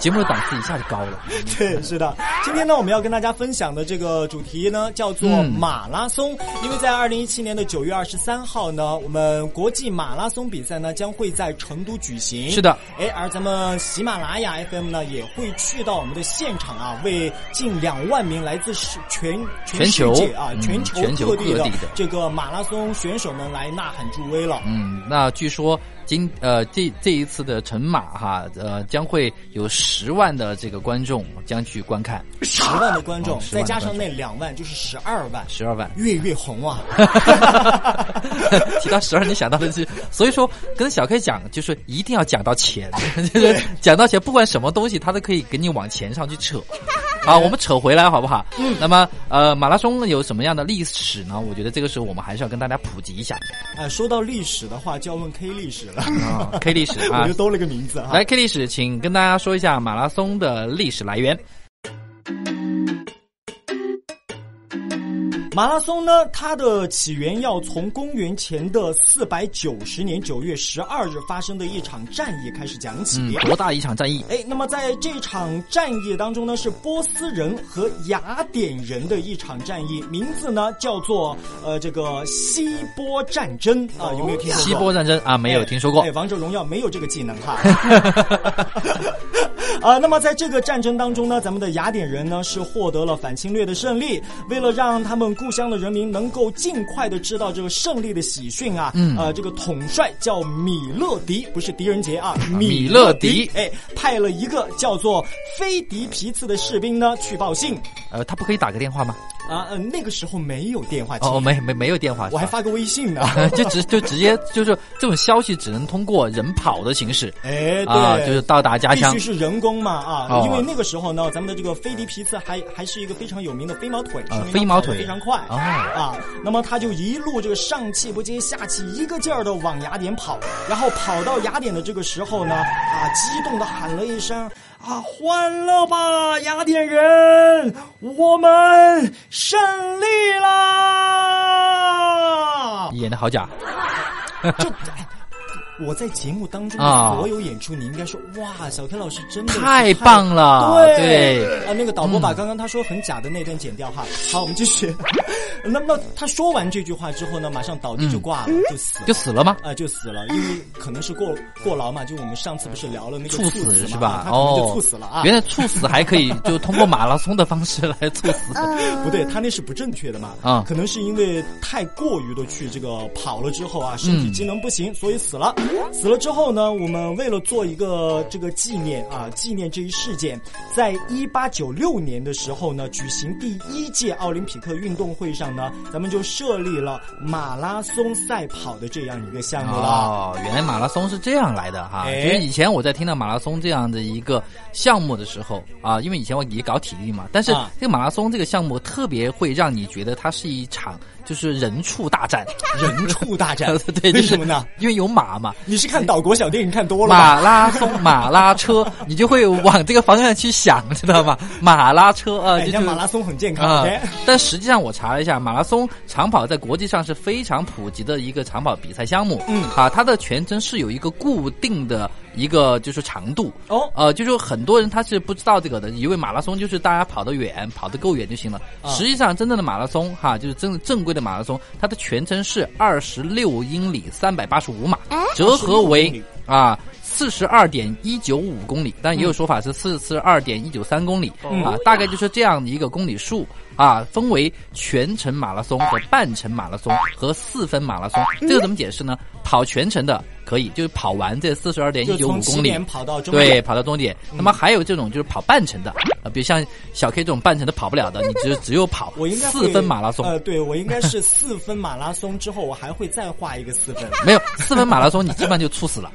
节目的档次一下就高了。 对，是的。今天呢，我们要跟大家分享的这个主题呢，叫做嗯马拉松。因为在二零一七年的九月二十三号呢，我们国际马拉松比赛呢将会在成都举行。是的。哎，而咱们喜马拉雅 FM 呢也会去到我们的现场啊，为近两万名来自世全全全球世界啊嗯全球全球各地各的地的这个马拉松选手们来呐喊助威了。嗯，那据说今呃这这一次的成马哈呃将会有十万的这个观众将去观看， 十万的观众，哦十再万的加上观那两万，就是十二万。十二万。月月红啊！ 提到十二，你想到的是，所以说跟小 K 讲，就是一定要讲到钱， 就是讲到钱，不管什么东西，他都可以给你往钱上去扯。好，我们扯回来好不好？嗯。那么，呃，马拉松有什么样的历史呢？我觉得这个时候我们还是要跟大家普及一下啊，说到历史的话，就要问 K 历史了， 啊 ，K 历史啊我就。兜了个名字啊。来，K 历史，请跟大家说一下马拉松的历史来源。马拉松呢，它的起源要从公元前的四百九十年九月十二日发生的一场战役开始讲起。嗯，多大一场战役？哎，那么在这场战役当中呢，是波斯人和雅典人的一场战役，名字呢叫做呃这个希波战争啊，有没有听说过？希波战争啊，没有听说过哎，。王者荣耀没有这个技能 哈。 啊，那么在这个战争当中呢，咱们的雅典人呢是获得了反侵略的胜利。为了让他们故乡的人民能够尽快的知道这个胜利的喜讯啊，嗯，呃，这个统帅叫米勒迪，不是狄仁杰啊，米勒米勒迪，哎，派了一个叫做菲迪皮茨的士兵呢去报信呃，他不可以打个电话吗？啊、呃，那个时候没有电话，哦，，没没没有电话。我是吧还发个微信 呢。呃就直就直接就是这种消息只能通过人跑的形式哎，对，啊，就是到达家必乡须。是人工嘛啊，哦因为那个时候呢，咱们的这个菲迪皮茨还还是一个非常有名的飞毛腿，啊是因为飞它毛跑得腿非常快、哦啊。那么他就一路这个上气不接下气，一个劲儿的往雅典跑，然后跑到雅典的这个时候呢，啊，激动的喊了一声啊，欢乐吧，雅典人，我们胜利啦！演的好假，这。哎我在节目当中的啊所有演出，你应该说哇，小 K 老师真的是太棒了对对嗯啊，那个导播把刚刚他说很假的那段剪掉哈。好，我们继续。 那么他说完这句话之后呢，马上倒地就挂了，就死了嗯就死了吗？啊，就死了，因为可能是过过劳嘛，就我们上次不是聊了那个猝死死嘛是啊吧？他可能就哦猝死了啊，。原来猝死还可以，就通过马拉松的方式来猝死。不对，他那是不正确的嘛。啊可能是因为太过于的去这个跑了之后啊，身嗯体机能不行，所以死了。死了之后呢，我们为了做一个这个纪念啊，纪念这一事件，在一八九六年的时候呢，举行第一届奥林匹克运动会上呢，咱们就设立了马拉松赛跑的这样一个项目了。哦，原来马拉松是这样来的哈！哎就是以前我在听到马拉松这样的一个项目的时候啊，因为以前我也搞体育嘛，但是啊这个马拉松这个项目特别会让你觉得它是一场就是人畜大战，人畜大战， 对，就为是什么呢？？因为有马嘛，你是看岛国小电影看多了吧？马拉松、马拉车，你就会往这个方向去想，知道吗？马拉车啊，哎人就就家马拉松很健康啊、 ，OK。 但实际上我查了一下，马拉松长跑在国际上是非常普及的一个长跑比赛项目。嗯啊，它的全程是有一个固定的一个就是长度。哦呃，就是很多人他是不知道这个的，以为马拉松就是大家跑得远，跑得够远就行了。啊实际上，真正的马拉松哈、就是正正规的马拉松，它的全程是二十六英里三百八十五码，折合英里为啊。四十二点一九五公里，但也有说法是四十二点一九三公里、嗯啊，大概就是这样的一个公里数啊，分为全程马拉松和半程马拉松和四分马拉松。这个怎么解释呢？跑全程的可以，就是跑完这四十二点就一九五从起公里点，跑到终对，点，跑到终点。那嗯么还有这种就是跑半程的啊，比如像小 K 这种半程的跑不了的，你只只有跑我应该会四分马拉松。呃，对我应该是四分马拉松之后，我还会再画一个四分。没有四分马拉松，你基本上就猝 死了。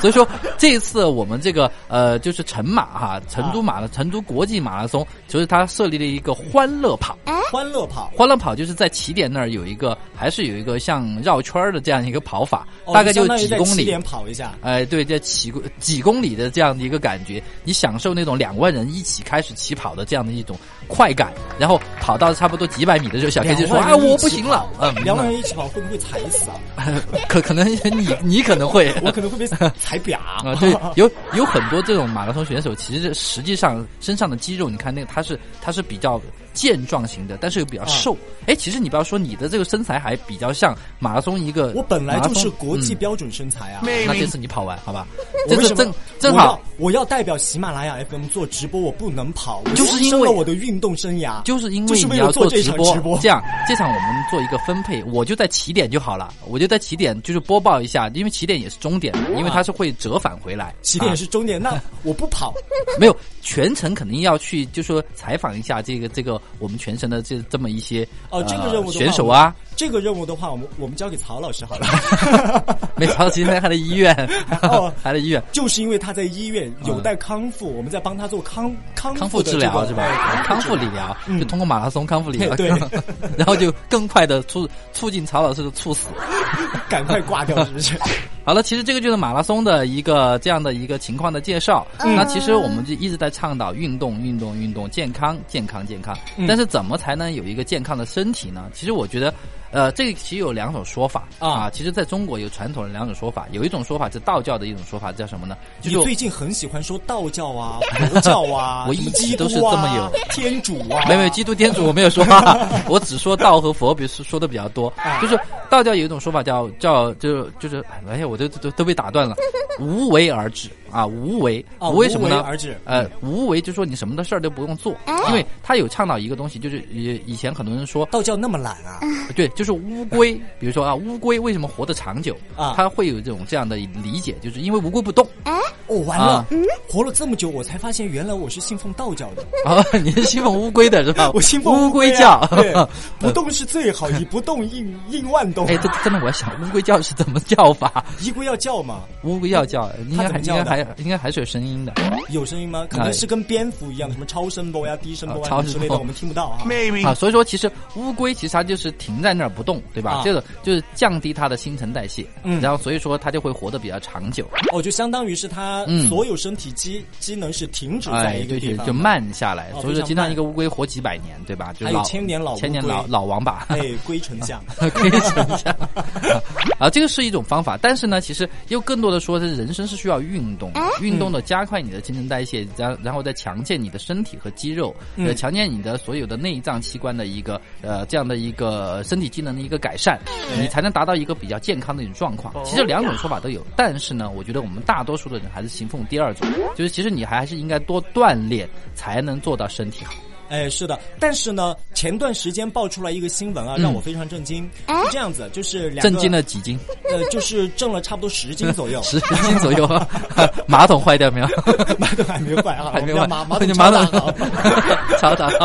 所以说这一次我们这个呃，就是成马哈，成都马拉成都国际马拉松，就是它设立了一个欢乐跑。欢乐跑，欢乐跑就是在起点那儿有一个，还是有一个像绕圈儿的这样一个跑法，哦大概就相当于几在公起里点。跑一下。哎，对，这几公几公里的这样的一个感觉，你享受那种两万人一起开始起跑的这样的一种快感，然后跑到差不多几百米的时候，小 K 就说：“两万啊，人一我不起行了。”嗯，两万人一起跑会不会踩死 啊？可可能你你可能会，我可能会被踩扁啊啊，对，有有很多这种马拉松选手，其实实际上身上的肌肉，你看那个他是他是比较健壮型的，但是又比较啊瘦。哎、其实你不要说你的这个身材还比较像马拉松一 个，我本来就马拉是松国际嗯标准身材啊。那这次你跑完好吧？我这为次什正么正我好要我要代表喜马拉雅 FM 做直播，我不能跑，我就是牺因牲为了我的运动生涯，就是因就为是你为要了做做这直场播，直播这样这场我们做一个分配，我就在起点就好了，我就在起点就是播报一下，因为起点也是终点，因为它是会折返回来。起啊点是终点，那我不跑，没有，全程肯定要去，就说采访一下这个这个我们全程的这这么一些哦，这个呃任务的话选手啊，，这个任务的话，我们我们交给曹老师 好了。没想到今天还在医院 哦，还在医院就是因为他在医院有待康复，我们在帮他做康康康复复的治这疗个是吧？康复理疗嗯就通过马拉松康复理疗，对 然后就更快的促促进曹老师的猝死。赶快挂掉，是不是？好了，其实这个就是马拉松的一个这样的一个情况的介绍。那其实我们就一直在倡导运动、运动、运动，健康、健康、健康。但是怎么才能有一个健康的身体呢？其实我觉得，呃，这个其实有两种说法啊其实在中国有传统的两种说法，有一种说法是道教的一种说法，叫什么呢？ 就你是，最近很喜欢说道教啊、佛教啊 我什一么直基督都是这么有啊天主啊，没有没有，基督天主我没有说啊， 我只说道和佛，比说说的比较多。就是道教有一种说法叫叫就就是，哎呀，我都都都被打断了，无为而治啊，无为，哦无为什么无呢？为而治呃，无为就说你什么的事儿都不用做，因为他有倡导一个东西，就是以以前很多人说，道教那么懒啊，对，就是乌龟，比如说啊，乌龟为什么活得长久啊他会有这种这样的理解，就是因为乌龟不动哦，完了啊，活了这么久，我才发现原来我是信奉道 教的，啊，你是信奉乌龟的是吧？我信奉乌龟龟教啊，对，不动是最好，以不动应应万动，哎，这真的我要想乌龟叫是怎么叫法？一龟要叫嘛，乌龟要叫，应该它怎么还应叫的该还应该还是有声音的。有声音吗？可能是跟蝙蝠一样，什么超声波呀、低声波哎啊啊超什声么波之类的，我们听不到啊。啊，所以说其实乌龟其实它就是停在那儿不动，对吧？啊这个就是降低它的新陈代谢，嗯然后所以说它就会活得比较长久。哦，就相当于是它嗯所有身体机机能是停止在哎一，个对地对，方，就。慢下来。哦所以非说，常经常慢一个乌龟活几百年，对吧？就还有老千年老乌千年龟老老王八。哎，龟丞 相，可以想象 啊，这个是一种方法，但是呢，其实又更多的说是人生是需要运动的，哎运动的加快你的新陈代谢，然然后再呃强健你的身体和肌肉，呃，嗯强健你的所有的内脏器官的一个呃这样的一个身体机能的一个改善，你才能达到一个比较健康的一种状哦况。其实两种说法都有，但是呢，我觉得我们大多数的人还是信奉第二种，嗯就是其实你还是应该多锻炼，才能做到身体好。哎，是的，但是呢，前段时间爆出来一个新闻啊，让我非常震惊。是这样子，就是两个嗯震惊了，几斤？呃，就是挣了差不多十斤左右， 十 斤左右，马桶坏掉没有？马桶还没坏啊，还我没们要完，马马我桶 啊就超马大桶好 超大号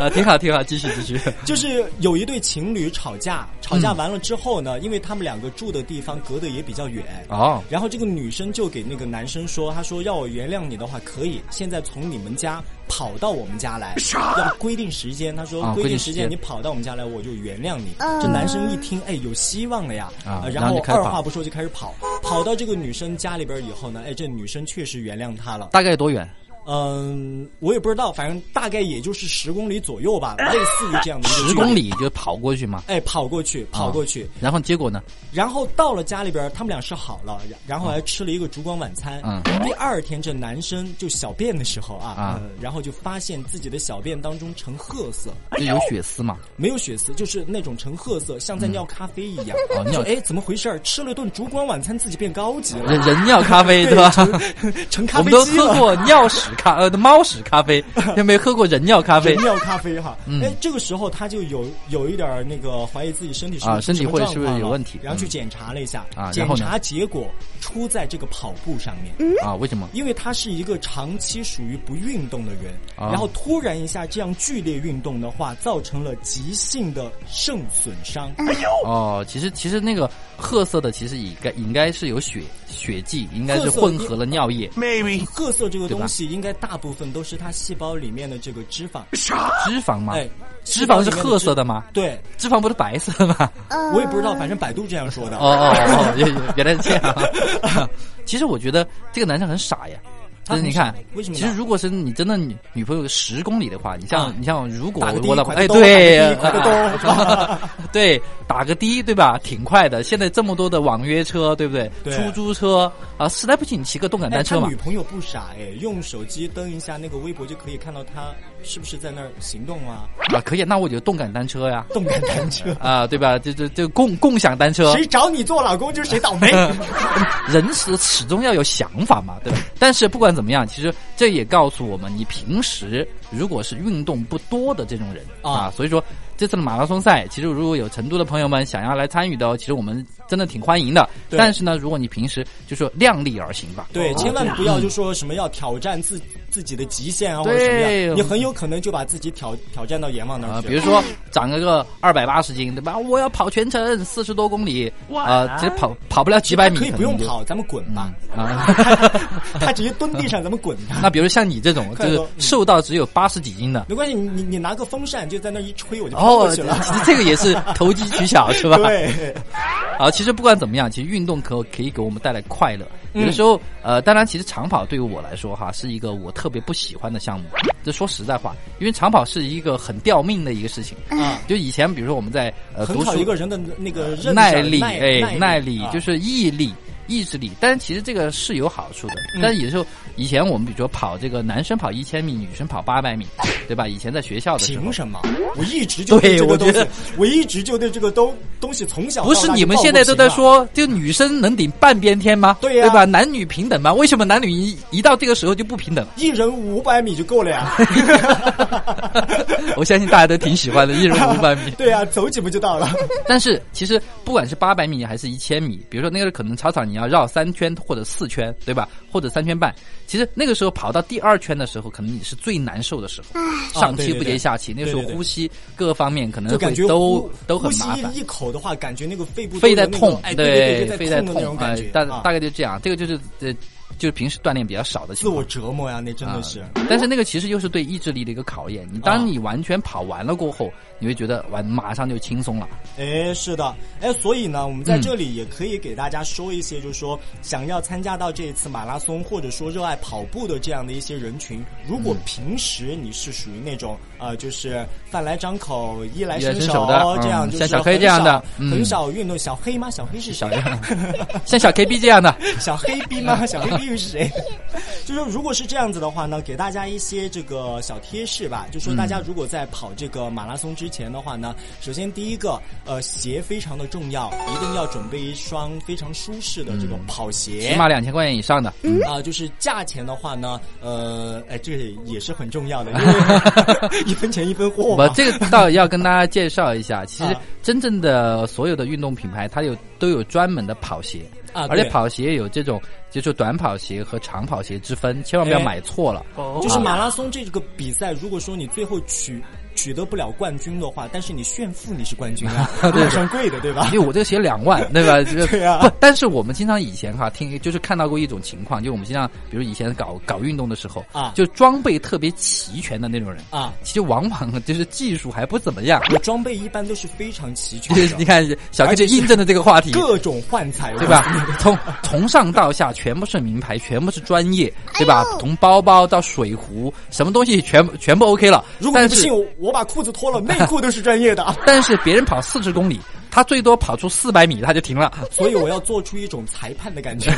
啊，挺好挺好，继续继续。就是有一对情侣吵架，吵架完了之后呢，因为他们两个住的地方隔得也比较远，哦，然后这个女生就给那个男生说：“她说要我原谅你的话可以，现在从你们家跑到我们家来，要规定时间。他说啊规规定定时时间间你跑到我们家来，我就原谅你。嗯这男生一听，哎，有希望了呀，啊呃然然后后就开始二跑话不说就开始跑，跑到这个女生家里边以后呢，哎，这女生确实原谅他了。大概有多远？嗯，我也不知道，反正大概也就是十公里左右吧，类似于这样的一 个距离哎十公。里就跑过去嘛，哎，跑过啊去，跑过去，然后结果呢？然后到了家里边，他们俩是好了，然然后还吃了一个烛光晚餐。嗯第二天这男生就小便的时候啊，啊呃然后就发现自己的小便当中呈褐色，就有血丝嘛，没有血丝，就是那种呈褐色，像在尿咖啡一样。哦就尿哎，怎么回事儿？吃了一顿烛光晚餐，自己变高级了人。人尿 咖啡对吧？ 成成咖我啡们都机喝了。过尿屎咖呃猫屎咖啡，但没喝过人尿咖啡人。尿咖啡哈，嗯哎，这个时候他就有有一点儿那个怀疑自己身体是不是啊身体什么会状是不是况有了问题然后去嗯检查了一下，啊检然后呢查结果出在这个跑步上面，啊？为什么？因为他是一个长期属于不运动的人，啊然后突然一下这样剧烈运动的话，造成了急性的肾损伤。哦，其实其实那个褐色的其实应该应该是有血血迹，应该是混合了尿液、 Maybe. 褐色这个东西应该大部分都是他细胞里面的这个脂肪，脂肪嘛。哎，脂肪是褐色的，的吗？对，脂肪不是白色的吗？我也不知道，反正百度这样说的。哦哦哦，原原来是这 样。其实我觉得这个男生很傻呀。他就是很你傻看，为什么呢其实如果是你真的女女朋友十公里的话，你像、啊你像，如果打个的我老婆快哎得多打个的对快得多啊 对打个的对吧？挺快的。现在这么多的网约车对不对？对出租车啊，实在不行你骑个动感哎单车他嘛女。朋友不傻哎，用手机登一下那个微博就可以看到他是不是在那儿行动 啊，啊，可以，那我就动感单车呀，动感单车。啊，对吧？就就就共共享单车，谁找你做老公就谁倒霉。 呃人始始终要有想法嘛，对吧？但是不管怎么样，其实这也告诉我们，你平时如果是运动不多的这种人啊啊，所以说这次的马拉松赛，其实如果有成都的朋友们想要来参与的哦，其实我们真的挺欢迎的。对但是呢，如果你平时就说量力而行吧，对，啊千万不要就说什么要挑战自自己的极限啊，或者对什么样，你很有可能就把自己挑挑战到阎王那啊、儿去。比如说长了个二百八十斤，对吧？我要跑全程四十多公里，啊、其实跑跑不了几百米，可以不用跑，咱们滚吧。嗯 他直接蹲地上，咱们滚他。啊那比如像你这种，快就是乐瘦到只有八十几斤的，没关系，你你你拿个风扇就在那儿一吹，我就飘 哦 过去了。，这个也是投机取巧，是吧？。 对，啊，其实不管怎么样，其实运动可可以给我们带来快乐。嗯有的时候，呃，当然，其实长跑对于我来说哈，是一个我特别不喜欢的项目。这说实在话，因为长跑是一个很吊命的一个事情。啊，就以前，比如说我们在呃很读考书，一个人的那个韧劲儿耐力，耐哎，耐力啊就是毅力、意志力。但其实这个是有好处的。嗯但有时候，以前我们比如说跑这个男生跑一千米，女生跑八百米，对吧？以前在学校的时候凭，什么？我一直就对对这个我东觉西得，我一直就对这个东东西从小到不大是就你们抱现不在都平在啊说，就女生能顶半边天吗？对呀吧？男女平等吗？为什么男女一一到这个时候就不平等？一人五百米就够了呀？。我相信大家都挺喜欢的，一人五百米 对啊，走几步就到了。但是其实不管是八百米还是一千米，比如说那个可能操场你要绕三圈或者四圈，对吧？或者三圈半。其实那个时候跑到第二圈的时候，可能你是最难受的时候，上啊对气对不接对下气。那个时候对对对呼吸各方面可就能感会觉嗯都呼都很呼吸麻烦。一口的话，感觉那个肺部都肺有在那个痛，哎，对对，对，肺在在痛的那种感哎觉，大啊大概就这样。这个就是呃，就是平时锻炼比较少的自情我况。啊折磨呀，那真的是。但是那个其实又是对意志力的一个考验。你啊当你完全跑完了过后，你会觉得完马上就轻松了。哎，是的，哎，所以呢，我们在嗯这里也可以给大家说一些，就是说想要参加到这一次马拉松，或者说热爱跑步的这样的一些人群，如嗯果平时你是属于那种呃，就是饭来张口、衣来衣来伸伸手的这样嗯就是像小很黑这样的少嗯很少运动。小黑吗？小黑是谁小黑啊像小 KB 这 样的，小黑逼吗？ 小黑逼又是谁？就是如果是这样子的话呢，给大家一些这个小贴士吧。就说大家如果在跑这个马拉松之前的话呢，首先第一个，呃，鞋非常的重要，一定要准备一双非常舒适的这种跑嗯起鞋。码两千块钱以上的。啊、就是价钱的话呢，呃，哎，这个也是很重要 的，因为一分钱一分货我嘛。这个倒要跟大家介绍一下，其实啊真正的所有的运动品牌，它有都有专门的跑鞋啊而且对跑鞋有这种就是短跑鞋和长跑鞋之分，千万不要哎买错了。就是马拉松这个比赛，如果说你最后取取得不了冠军的话，但是你炫富你是冠军 啊， 马上贵的对吧因？为我这个鞋两万，对吧？这个对啊不，但是我们经常以前哈听，就是看到过一种情况，就我们经常，比如以前搞搞运动的时候啊就装备特别齐全的那种人啊，其实往往就是技术还不怎么样。我装备一般都是非常齐全就是的，你看小 K 就印证了这个话题，各种幻彩，我对告吧诉你？从从上到下全部是名牌，全部是专业，哎对吧？从包包到水壶，什么东西全部全部 OK 了。如果你但不是信我，我把裤子脱了，内裤都是专业的啊。 但是别人跑四十公里，他最多跑出四百米他就停了。所以我要做出一种裁判的感觉，你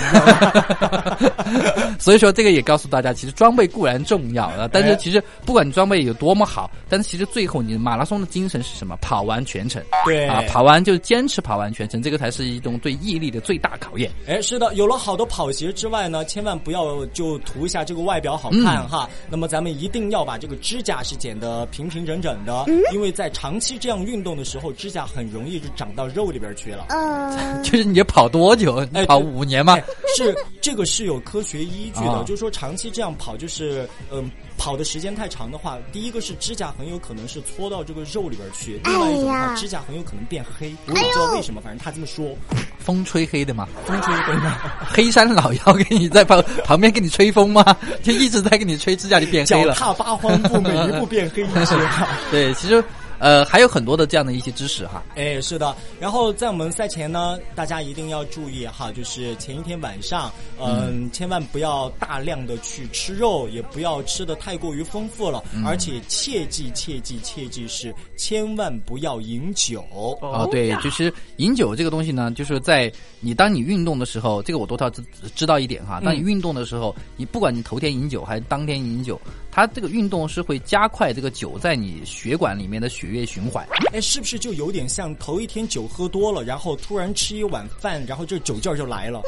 知道吗 所以说，这个也告诉大家，其实装备固然重要啊，但哎是其实不管你装备有多么好，但是其实最后你马拉松的精神是什么？跑完全程。对啊，跑完就坚持跑完全程，这个才是一种对毅力的最大考验。 哎，是的，有了好的跑鞋之外呢，千万不要就图一下这个外表好看、嗯哈。那么咱们一定要把这个指甲是剪得平平整整的，嗯因为在长期这样运动的时候，指甲很容易就长到肉里边去嗯了。呃，就是你跑多久？你嗯哎跑对五年吗哎？是这个是有科学依据的，啊就是说长期这样跑，就是嗯、跑的时间太长的话，第一个是指甲很有可能是搓到这个肉里边去，另外一种的哎话，呀哎指甲很有可能变黑，我也不知道为什么，反正他这么说，风吹黑的吗？风吹一嘛。黑山老妖给你在旁旁边给你吹风吗？ 就一直在给你吹指甲，就变黑脚了。踏八荒步，每一步变黑一些 啊。对，其实呃还有很多的这样的一些知识哈。哎，是的。然后在我们赛前呢，大家一定要注意哈，就是前一天晚上，嗯，千万不要大量的去吃肉，也不要吃的太过于丰富了，嗯而且切记切记切记是千万不要饮酒。哦，对，就是饮酒这个东西呢，就是在你当你运动的时候，这个我多少知知道一点哈。当嗯你运动的时候，你不管你头天饮酒还是当天饮酒，它这个运动是会加快这个酒在你血管里面的血液循 环。哎，是不是就有点像头一天酒喝多了，然后突然吃一碗饭，然后这酒劲儿就 来了，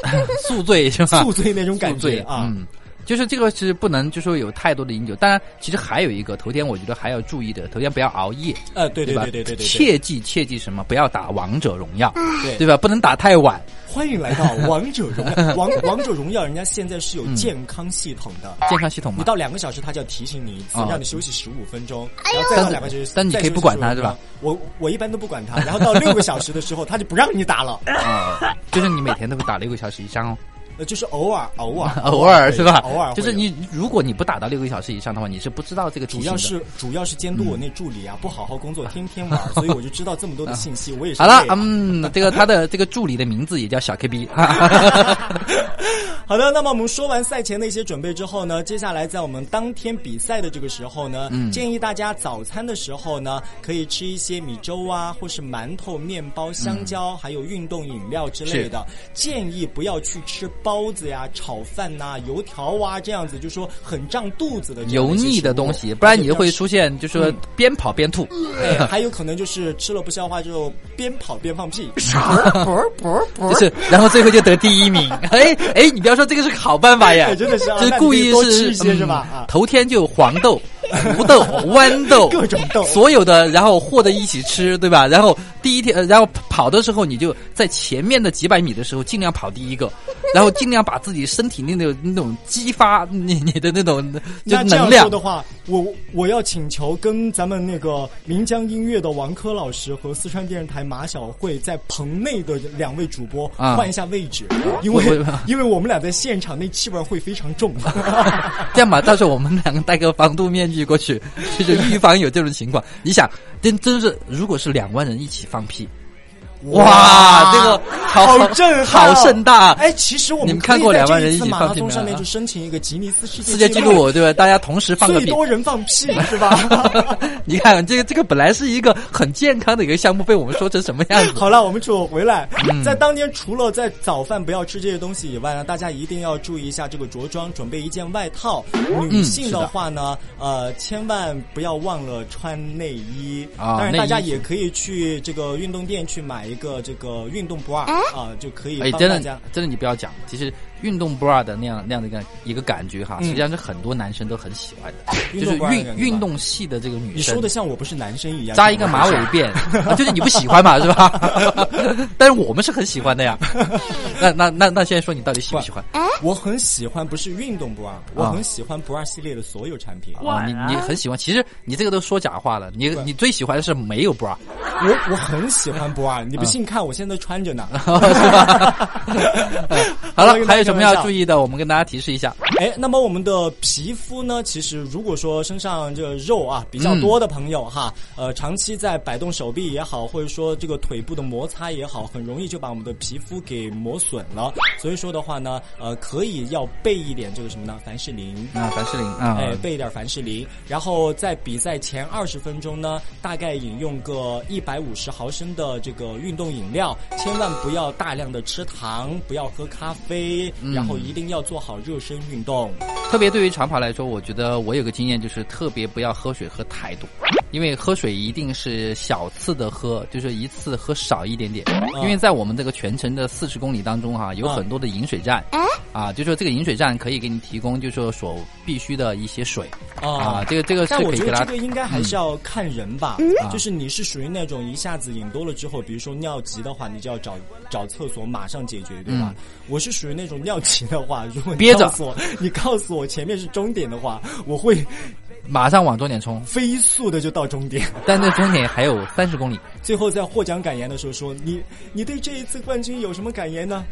宿醉是吧？宿醉那种感宿醉觉啊。嗯，就是这个是不能就说有太多的饮酒。当然，其实还有一个头天，我觉得还要注意的，头天不要熬夜，呃，对对吧？对对对对对，切记切记什么？不要打王者荣耀，对对吧？不能打太晚。欢迎来到王者荣耀。王王者荣耀，人家现在是有健康系统的，健康系统你嘛，到两个小时，他就要提醒你一次，啊让你休息十五分钟，然后再到两个小时，但你再可以不休息管它15是吧分钟？我我一般都不管他，然后到六个小时的时候，他就不让你打了， 啊，就是你每天都会打六个小时以上哦，呃就是偶尔偶尔 偶尔对是吧？偶尔会就是有。你，如果你不打到六个小时以上的话，你是不知道这个提主醒的。嗯要是主要是监督我那助理啊，不好好工作，天天玩，所以我就知道这么多的信息，我也是好了累，嗯，这个他的这个助理的名字也叫小 KB， 好的，那么我们说完赛前的一些准备之后呢，接下来在我们当天比赛的这个时候呢，嗯建议大家早餐的时候呢，可以吃一些米粥啊，或是馒头、面包、香嗯蕉，还有运动饮料之类的。建议不要去吃包子呀、炒饭呐、油条啊这样子，就说很胀肚子的这样油一些腻的食物东西，不然你就会而且出现就是嗯说边跑边吐。不要吃哎，还有可能就是吃了不消化就边跑边放 屁。嗯就是，然后最后就得第一 名。哎哎，你不要说这个是个好办法呀，哎真的是啊就是故那你意可以多是吃一些是吧嗯啊头天就有黄 豆、胡豆、豌豆，各种豆所有的，然后和在一起吃，对吧？然后第一天，呃然后跑的时候，你就在前面的几百米的时候尽量跑第一 个，然后尽量把自己身体那种那种激发你你的那种就那这能样量说的话，我我要请求跟咱们那个岷江音乐的王珂老师和四川电视台马晓慧在棚内的两位主播啊换一下位 置，因我为我 因为我们俩在现场那气味会非常 重。这样吧，到时候我们两个戴个防毒面具过去，就是预防有这种情 况。你想，真真是，如果是两万人一起放屁，哇，这个好好震撼哦、好盛大！哎，其实我你们可看以过在两万这一人一次起马放拉屁松没有上面啊就申请一个吉尼斯世界世界纪录对吧？大家同时放个最屁。多人放屁是 吧？你看，这个这个本来是一个很健康的一个项目，被我们说成什么样 子？嗯好了，我们扯回来，在当天除了在早饭不要吃这些东西以外呢，大家一定要注意一下这个着装，准备一件外套。女性的话呢，嗯呃，千万不要忘了穿内衣。啊当然，内衣大家也可以去这个运动店去买一个这个运动 bra 啊、就可以哎，帮真大的家。真的，你不要讲，其实运动 bra 的那样那样的一个一个感觉哈，实际上是很多男生都很喜欢的，嗯运就是动 bra 的运感觉吧运动系的这个女你生说的。像我不是男生一样，扎一个马尾 辫、啊就是你不喜欢嘛，是吧？ 但是我们是很喜欢 的呀。那那那那，现在说你到底喜不喜欢？我很喜欢，不是运动 bra，我很喜欢 bra 系列的所有产品。啊，你你很喜欢，其实你这个都说假话了。你你最喜欢的是没有啊 bra，我我很喜欢 bra，你不信看我现在穿着呢。嗯 是吧？好了，还有什么要注意？意的？我们跟大家提示一下。哎，那么我们的皮肤呢？其实如果说身上这个肉啊比较多的朋友哈，呃，长期在摆动手臂也好，或者说这个腿部的摩擦也好，很容易就把我们的皮肤给磨损了。所以说的话呢，呃，可以要备一点这个什么呢？凡士林。啊，凡士林啊，哎，备一点凡士林，然后在比赛前二十分钟呢，大概饮用个一百五十毫升的这个运动饮料，千万不要大量的吃糖，不要喝咖啡，嗯然后一定要做好热身运动。特别对于长跑来说，我觉得我有个经验就是特别不要喝水喝太多，因为喝水一定是小次的喝，就是一次喝少一点点。啊因为在我们这个全程的四十公里当中哈、有嗯很多的饮水站，啊，就说这个饮水站可以给你提供，就是说所必须的一些水啊，这个这个是但我可以觉给得这大家嗯个。啊应该还是要看人吧，就是你是属于那种一下子饮多了之后，比如说尿急的话，你就要找找厕所马上解决，对吧？我是属于那种尿急的话，如果你嗯憋着告诉我，你告诉我前面是终点的话，我会马上往终点冲，飞速的就到终点。但那终点还有三十公里。最后在获奖感言的时候说：“你你对这一次冠军有什么感言呢？”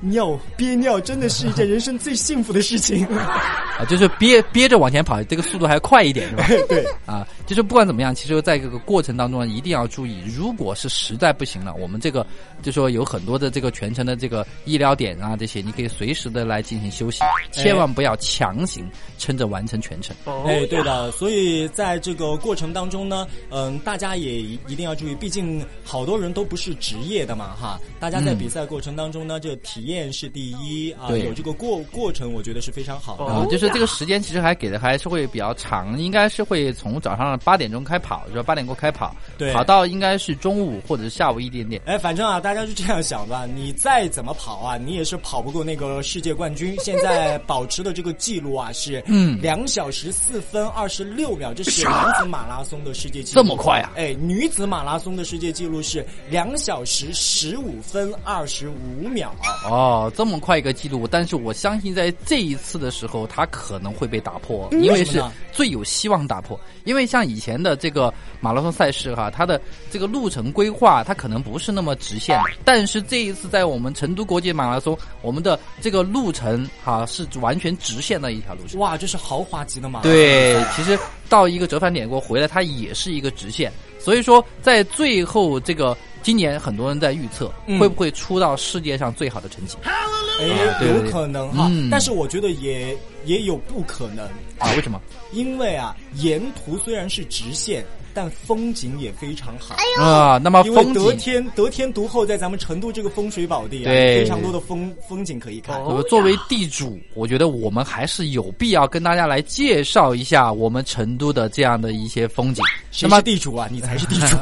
尿憋尿真的是一件人生最幸福的事情。啊，就是憋憋着往前跑，这个速度还要快一点，是吧？ 对，啊，就是不管怎么样，其实在这个过程当中啊一定要注意，如果是实在不行了，我们这个就说有很多的这个全程的这个医疗点啊，这些你可以随时的来进行休息，千万不要强行撑着完成全程。哎，对的，所以在这个过程当中呢，嗯，大家也一定要注意，毕竟好多人都不是职业的嘛，哈。大家在比赛过程当中呢，这个体验是第一啊，对有这个过过程，我觉得是非常好的。啊，就是这个时间其实还给的还是会比较长，应该是会从早上八点钟开跑，就是八点过开跑，对跑到应该是中午或者是下午一点点。哎，反正啊，大家就这样想吧。你再怎么跑啊，你也是跑不过那个世界冠军。现在保持的这个记录啊是，嗯，两小时四分二十六秒，这是男子马拉松的世界纪录。这么快啊哎，女子马拉松的世界纪录是两小时十五分二十五秒。哦，这么快一个记录，但是我相信在这一次的时候，他可能会被打破，因为为什么是呢最有希望打破。因为像以前的这个马拉松赛事哈，它的这个路程规划它可能不是那么直线，但是这一次在我们成都国际马拉松，我们的这个路程哈是完全直线的一条路线。哇，这是豪华级的马拉松。对，其实到一个折返点过后回来，它也是一个直线。所以说，在最后这个今年，很多人在预测、嗯会不会出到世界上最好的成绩。哎，对对有对可能哈，嗯但是我觉得也也有不可能。啊？为什么？因为啊，沿途虽然是直线，但风景也非常好。啊，那么哎因为风得景，天得天独厚，在咱们成都这个风水宝地啊，对非常多的风风景可以看。呃作为地主，我觉得我们还是有必要跟大家来介绍一下我们成都的这样的一些风景。那谁么是，地主啊？你才是地 主。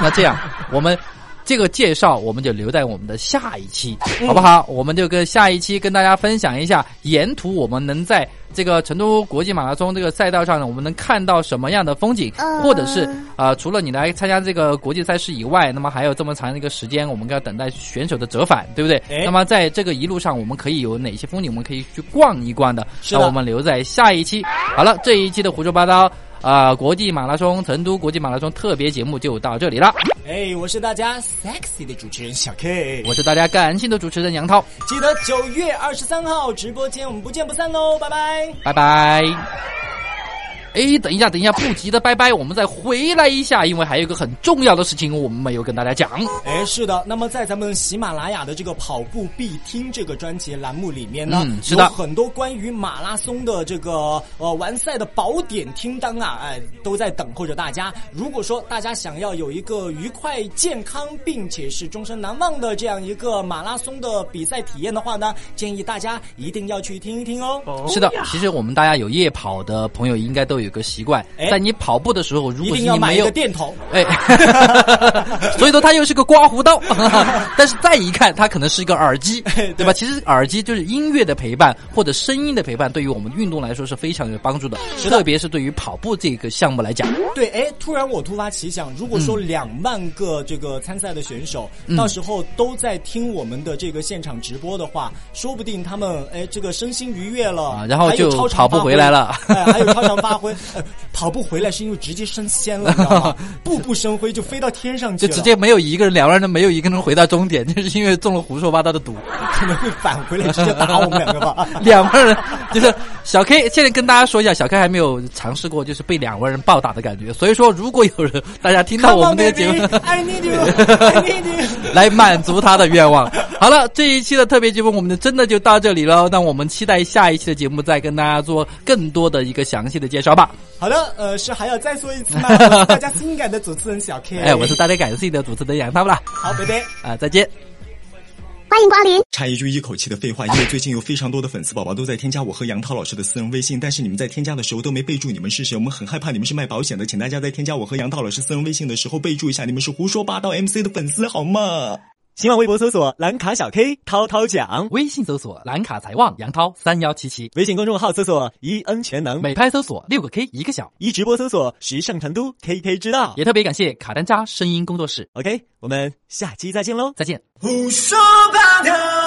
那这样，我们这个介绍我们就留在我们的下一期，好不好？我们就跟下一期跟大家分享一下，沿途我们能在这个成都国际马拉松这个赛道上呢，我们能看到什么样的风景，或者是啊、呃除了你来参加这个国际赛事以外，那么还有这么长的一个时间，我们要等待选手的折返，对不对？哎那么在这个一路上，我们可以有哪些风景，我们可以去逛一逛的？是那的我们留在下一期。好了，这一期的胡说八道。啊、国际马拉松，成都国际马拉松特别节目就到这里了。哎，我是大家 sexy 的主持人小 K，我是大家感性的主持人杨涛，记得九月二十三号直播间我们不见不散喽，拜拜。拜拜。哎，等一下，等一下，不急的，拜拜，我们再回来一下，因为还有一个很重要的事情我们没有跟大家讲。哎，是的。那么在咱们喜马拉雅的这个“跑步必听”这个专辑栏目里面呢，嗯是的有很多关于马拉松的这个呃完赛的宝典听单啊，哎，都在等候着大家。如果说大家想要有一个愉快、健康，并且是终身难忘的这样一个马拉松的比赛体验的话呢，建议大家一定要去听一听哦。是的，其实我们大家有夜跑的朋友应该都有有个习惯哎，在你跑步的时候，如一果是定要你买没一有个电筒。哎， 所以说它又是个刮胡刀， 但是再一看，它可能是一个耳机，哎对吧？其实耳机就是音乐的陪伴或者声音的陪伴，对于我们运动来说是非常有帮助的，是的特别是对于跑步这个项目来讲。对，哎，突然我突发奇想，如果嗯说两万个这个参赛的选手，到时候都在听我们的这个现场直播的话，说不定他们哎这个身心愉悦了，啊然后还有就超常跑步发挥回来了哎，还有超常发挥，呃跑步回来是因为直接升仙了，你知道吗？步步生辉就飞到天上去就了，直接没有一个人，两个人都没有一个人回到终点， 就是因为中了胡说八道的赌。可能会返回来直接打我们两个吧。 两个人就是小 K，现在跟大家说一下，小 K 还没有尝试过，就是被两个人暴打的感觉。所以说，如果有人大家听到 Come 我 on, 们这个节目 baby,，I need you, I need you。 来满足他的愿望。好了，这一期的特别节目我们就真的就到这里了，那我们期待下一期的节目再跟大家做更多的一个详细的介绍吧。好的，呃，是还要再说一次 吗？我是大家性感的主持人小 K。哎，我是大家感性的主持人杨他们了好，拜拜。啊，再见。欢迎光临。插一句一口气的废话，因为最近有非常多的粉丝宝宝都在添加我和杨涛老师的私人微信，但是你们在添加的时候都没备注你们是谁，我们很害怕你们是卖保险的，请大家在添加我和杨涛老师私人微信的时候备注一下你们是胡说八道 MC 的粉丝好吗？新浪微博搜索“蓝卡小 K 涛涛讲微信搜索“蓝卡财旺杨涛三幺七七”，”，微信公众号搜索“一恩全能美拍搜索六个 K 一个小”，。一直播搜索“时尚成都 KK 之道也特别感谢卡丹扎声音工作室，”。 OK，我们下期再见喽！再见。胡说八道。